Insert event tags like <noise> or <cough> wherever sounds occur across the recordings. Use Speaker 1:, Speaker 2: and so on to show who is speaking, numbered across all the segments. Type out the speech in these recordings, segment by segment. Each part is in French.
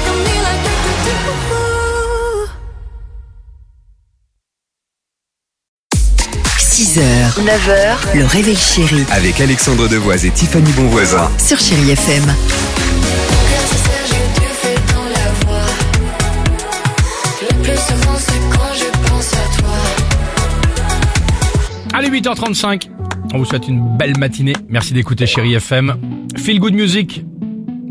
Speaker 1: on me like do, do, do, do.
Speaker 2: 6h, 9h, le réveil chéri
Speaker 3: Avec Alexandre Devoise et Tiffany Bonvoisin.
Speaker 2: sur Chérie FM.
Speaker 4: Je te fais dans la voix. Le plus souvent, c'est quand je pense à toi.
Speaker 5: Allez, 8h35. On vous souhaite une belle matinée. Merci d'écouter Chéri FM. Feel Good Music.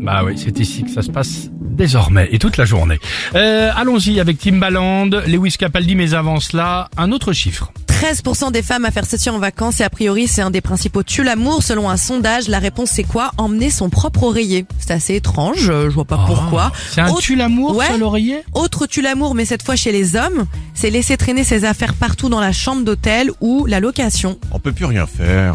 Speaker 5: Bah oui, c'est ici que ça se passe désormais et toute la journée. Euh, Allons-y avec Timbaland, Lewis Capaldi, mais avant cela, un autre chiffre.
Speaker 6: 13% des femmes à faire ceci en vacances et a priori c'est un des principaux tue l'amour selon un sondage. La réponse c'est quoi Emmener son propre oreiller. C'est assez étrange, euh, je vois pas pourquoi.
Speaker 5: Ah, C'est un
Speaker 6: Autre-
Speaker 5: tue l'amour
Speaker 6: Ouais.
Speaker 5: sur l'oreiller
Speaker 6: Autre tue l'amour mais cette fois chez les hommes, c'est laisser traîner ses affaires partout dans la chambre d'hôtel ou la location.
Speaker 7: On peut plus rien faire.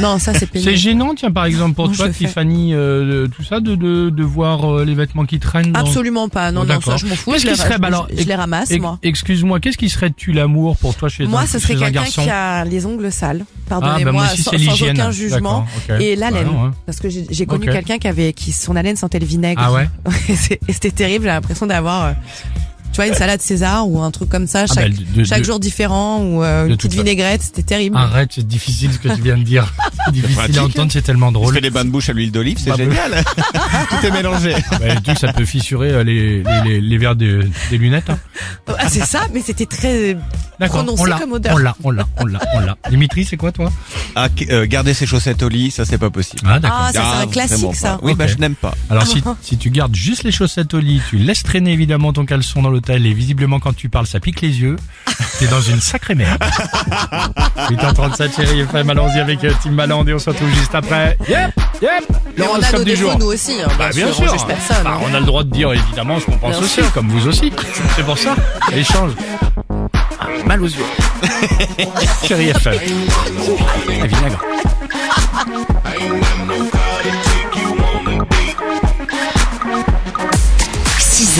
Speaker 6: Non
Speaker 5: <laughs>
Speaker 6: ça c'est pénible.
Speaker 5: C'est gênant, tiens, par exemple, pour
Speaker 6: Non, je
Speaker 5: toi,
Speaker 6: le fais.
Speaker 5: Tiffany, euh, tout ça, de, de, de voir euh, les vêtements qui traînent dans-
Speaker 6: Absolument pas, non
Speaker 5: Bon,
Speaker 6: non
Speaker 5: Oh, d'accord.
Speaker 6: ça je m'en fous,
Speaker 5: Qu'est-ce
Speaker 6: je les,
Speaker 5: qui serait-
Speaker 6: ra-
Speaker 5: bah alors,
Speaker 6: je les ramasse
Speaker 5: Ex-
Speaker 6: moi.
Speaker 5: Excuse-moi, qu'est-ce qui serait tue l'amour pour toi chez un,
Speaker 6: Moi ce serait
Speaker 5: chez un
Speaker 6: quelqu'un
Speaker 5: garçon
Speaker 6: qui a les ongles sales,
Speaker 5: Ah, bah
Speaker 6: pardonnez-moi,
Speaker 5: moi aussi,
Speaker 6: sans,
Speaker 5: c'est
Speaker 6: sans
Speaker 5: l'hygiène.
Speaker 6: aucun jugement.
Speaker 5: D'accord, ok.
Speaker 6: Et l'haleine.
Speaker 5: Bah non, hein.
Speaker 6: Parce que j'ai j'ai connu
Speaker 5: Ok.
Speaker 6: quelqu'un qui avait qui son haleine sentait le vinaigre. <laughs>
Speaker 5: Ah ouais
Speaker 6: Et c'est- et c'était terrible, j'ai l'impression d'avoir, euh, tu vois, une salade César ou un truc comme ça,
Speaker 5: Ah
Speaker 6: chaque,
Speaker 5: bah, de- de-
Speaker 6: chaque
Speaker 5: de-
Speaker 6: jour différent, ou euh,
Speaker 5: de
Speaker 6: une
Speaker 5: toute
Speaker 6: petite
Speaker 5: façon.
Speaker 6: vinaigrette, c'était terrible.
Speaker 5: Arrête, c'est difficile ce que tu viens de
Speaker 6: <laughs>
Speaker 5: dire. C'est difficile
Speaker 7: pratique.
Speaker 5: à entendre, c'est tellement
Speaker 7: On
Speaker 5: drôle.
Speaker 7: fait des bains de bouche à l'huile d'olive, c'est
Speaker 5: Bah,
Speaker 7: <laughs> génial. Tout est mélangé.
Speaker 5: Bah, du coup, ça peut fissurer euh, les, les, les, les verres des, des lunettes. hein.
Speaker 6: Ah, c'est ça, mais c'était très...
Speaker 5: D'accord,
Speaker 6: Prononcé
Speaker 5: on l'a,
Speaker 6: comme odeur.
Speaker 5: on l'a, on l'a, on l'a, on l'a. Dimitri, c'est quoi toi
Speaker 7: Ah, qu- euh, garder ses chaussettes au lit, ça c'est pas possible.
Speaker 5: Ah
Speaker 6: Ah, ça, c'est
Speaker 7: Ah,
Speaker 6: un classique,
Speaker 7: vraiment pas.
Speaker 6: ça.
Speaker 7: Oui, bah
Speaker 5: Ok.
Speaker 7: je n'aime pas.
Speaker 5: Alors si, si tu gardes juste les chaussettes au lit, tu laisses traîner évidemment ton caleçon dans l'hôtel et visiblement quand tu parles ça pique les yeux, t'es dans une sacrée
Speaker 6: <laughs>
Speaker 5: merde. 8h37 chérie FM, allons-y avec euh, Tim Maland et on se retrouve juste après. Yep, yep,
Speaker 6: Mais on a
Speaker 5: l'horoscope
Speaker 6: nos
Speaker 5: du
Speaker 6: défauts,
Speaker 5: jour.
Speaker 6: nous aussi, hein,
Speaker 5: Bah, bien
Speaker 6: sûr, on juge personne.
Speaker 5: Bah,
Speaker 6: hein.
Speaker 5: on a le droit de dire évidemment ce qu'on pense
Speaker 6: Bien
Speaker 5: aussi,
Speaker 6: sûr.
Speaker 5: comme vous aussi. C'est pour ça. Échange. Ah, mal aux yeux. <laughs> Chérie FM. Et vinaigre.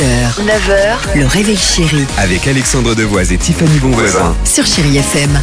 Speaker 2: h 9h, le réveil chéri
Speaker 3: Avec Alexandre Devoise et Tiffany Bonvoisin.
Speaker 2: sur Chérie FM.